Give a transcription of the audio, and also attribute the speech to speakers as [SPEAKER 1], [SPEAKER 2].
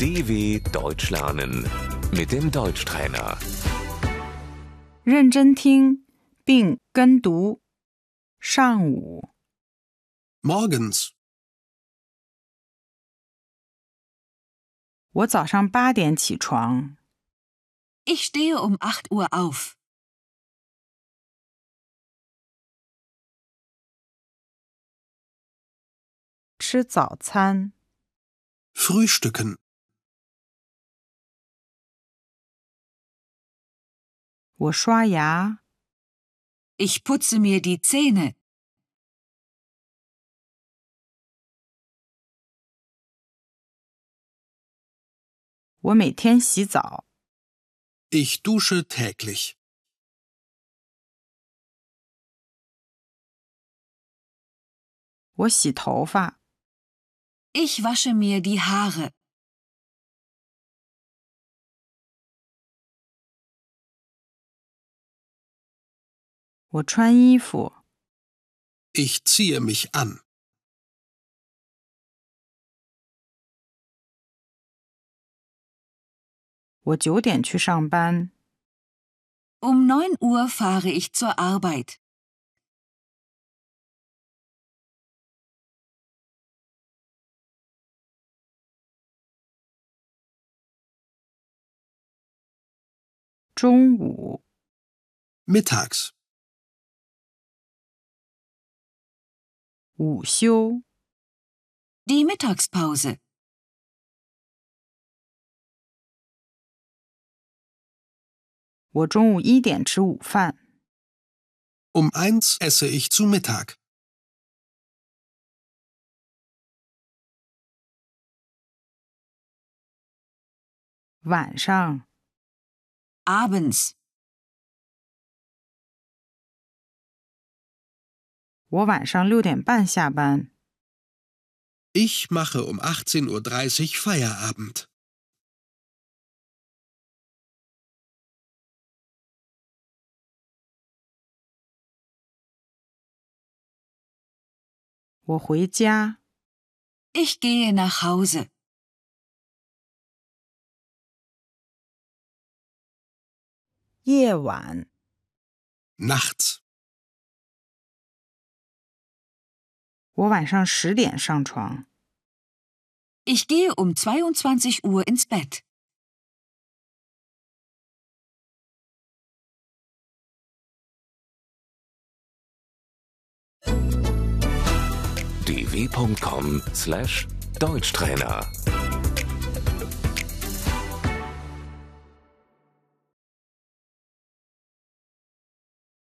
[SPEAKER 1] DW Deutsch lernen mit dem Deutschtrainer.
[SPEAKER 2] 认真听并跟读。上午
[SPEAKER 3] Morgens.
[SPEAKER 2] 我早上八点起床，
[SPEAKER 4] Ich stehe um 8 Uhr auf.
[SPEAKER 2] 吃早餐。
[SPEAKER 3] Frühstücken.
[SPEAKER 2] 我刷牙，
[SPEAKER 4] Ich putze mir die Zähne.
[SPEAKER 2] 我每天洗澡。
[SPEAKER 3] Ich dusche täglich.
[SPEAKER 2] 我洗头发，
[SPEAKER 4] Ich wasche mir die Haare.
[SPEAKER 2] 我穿衣服，
[SPEAKER 3] Ich ziehe mich an.
[SPEAKER 2] 我九点去上班，
[SPEAKER 4] Um 9 Uhr fahre ich zur Arbeit.
[SPEAKER 2] 中午
[SPEAKER 3] Mittags.
[SPEAKER 2] 午休，
[SPEAKER 4] Die Mittagspause.
[SPEAKER 2] 我中午一点吃午饭。
[SPEAKER 3] Um eins esse ich zu Mittag.
[SPEAKER 2] 晚上
[SPEAKER 4] Abends.
[SPEAKER 2] 我晚上六点半下班，
[SPEAKER 3] Ich mache um 18.30 Uhr Feierabend.
[SPEAKER 2] 我回家。
[SPEAKER 4] Ich gehe nach Hause.
[SPEAKER 2] 夜晚
[SPEAKER 3] Nachts.
[SPEAKER 2] 我晚上十点上床。
[SPEAKER 4] Ich gehe um 22 Uhr ins Bett.
[SPEAKER 1] dw.com/deutschtrainer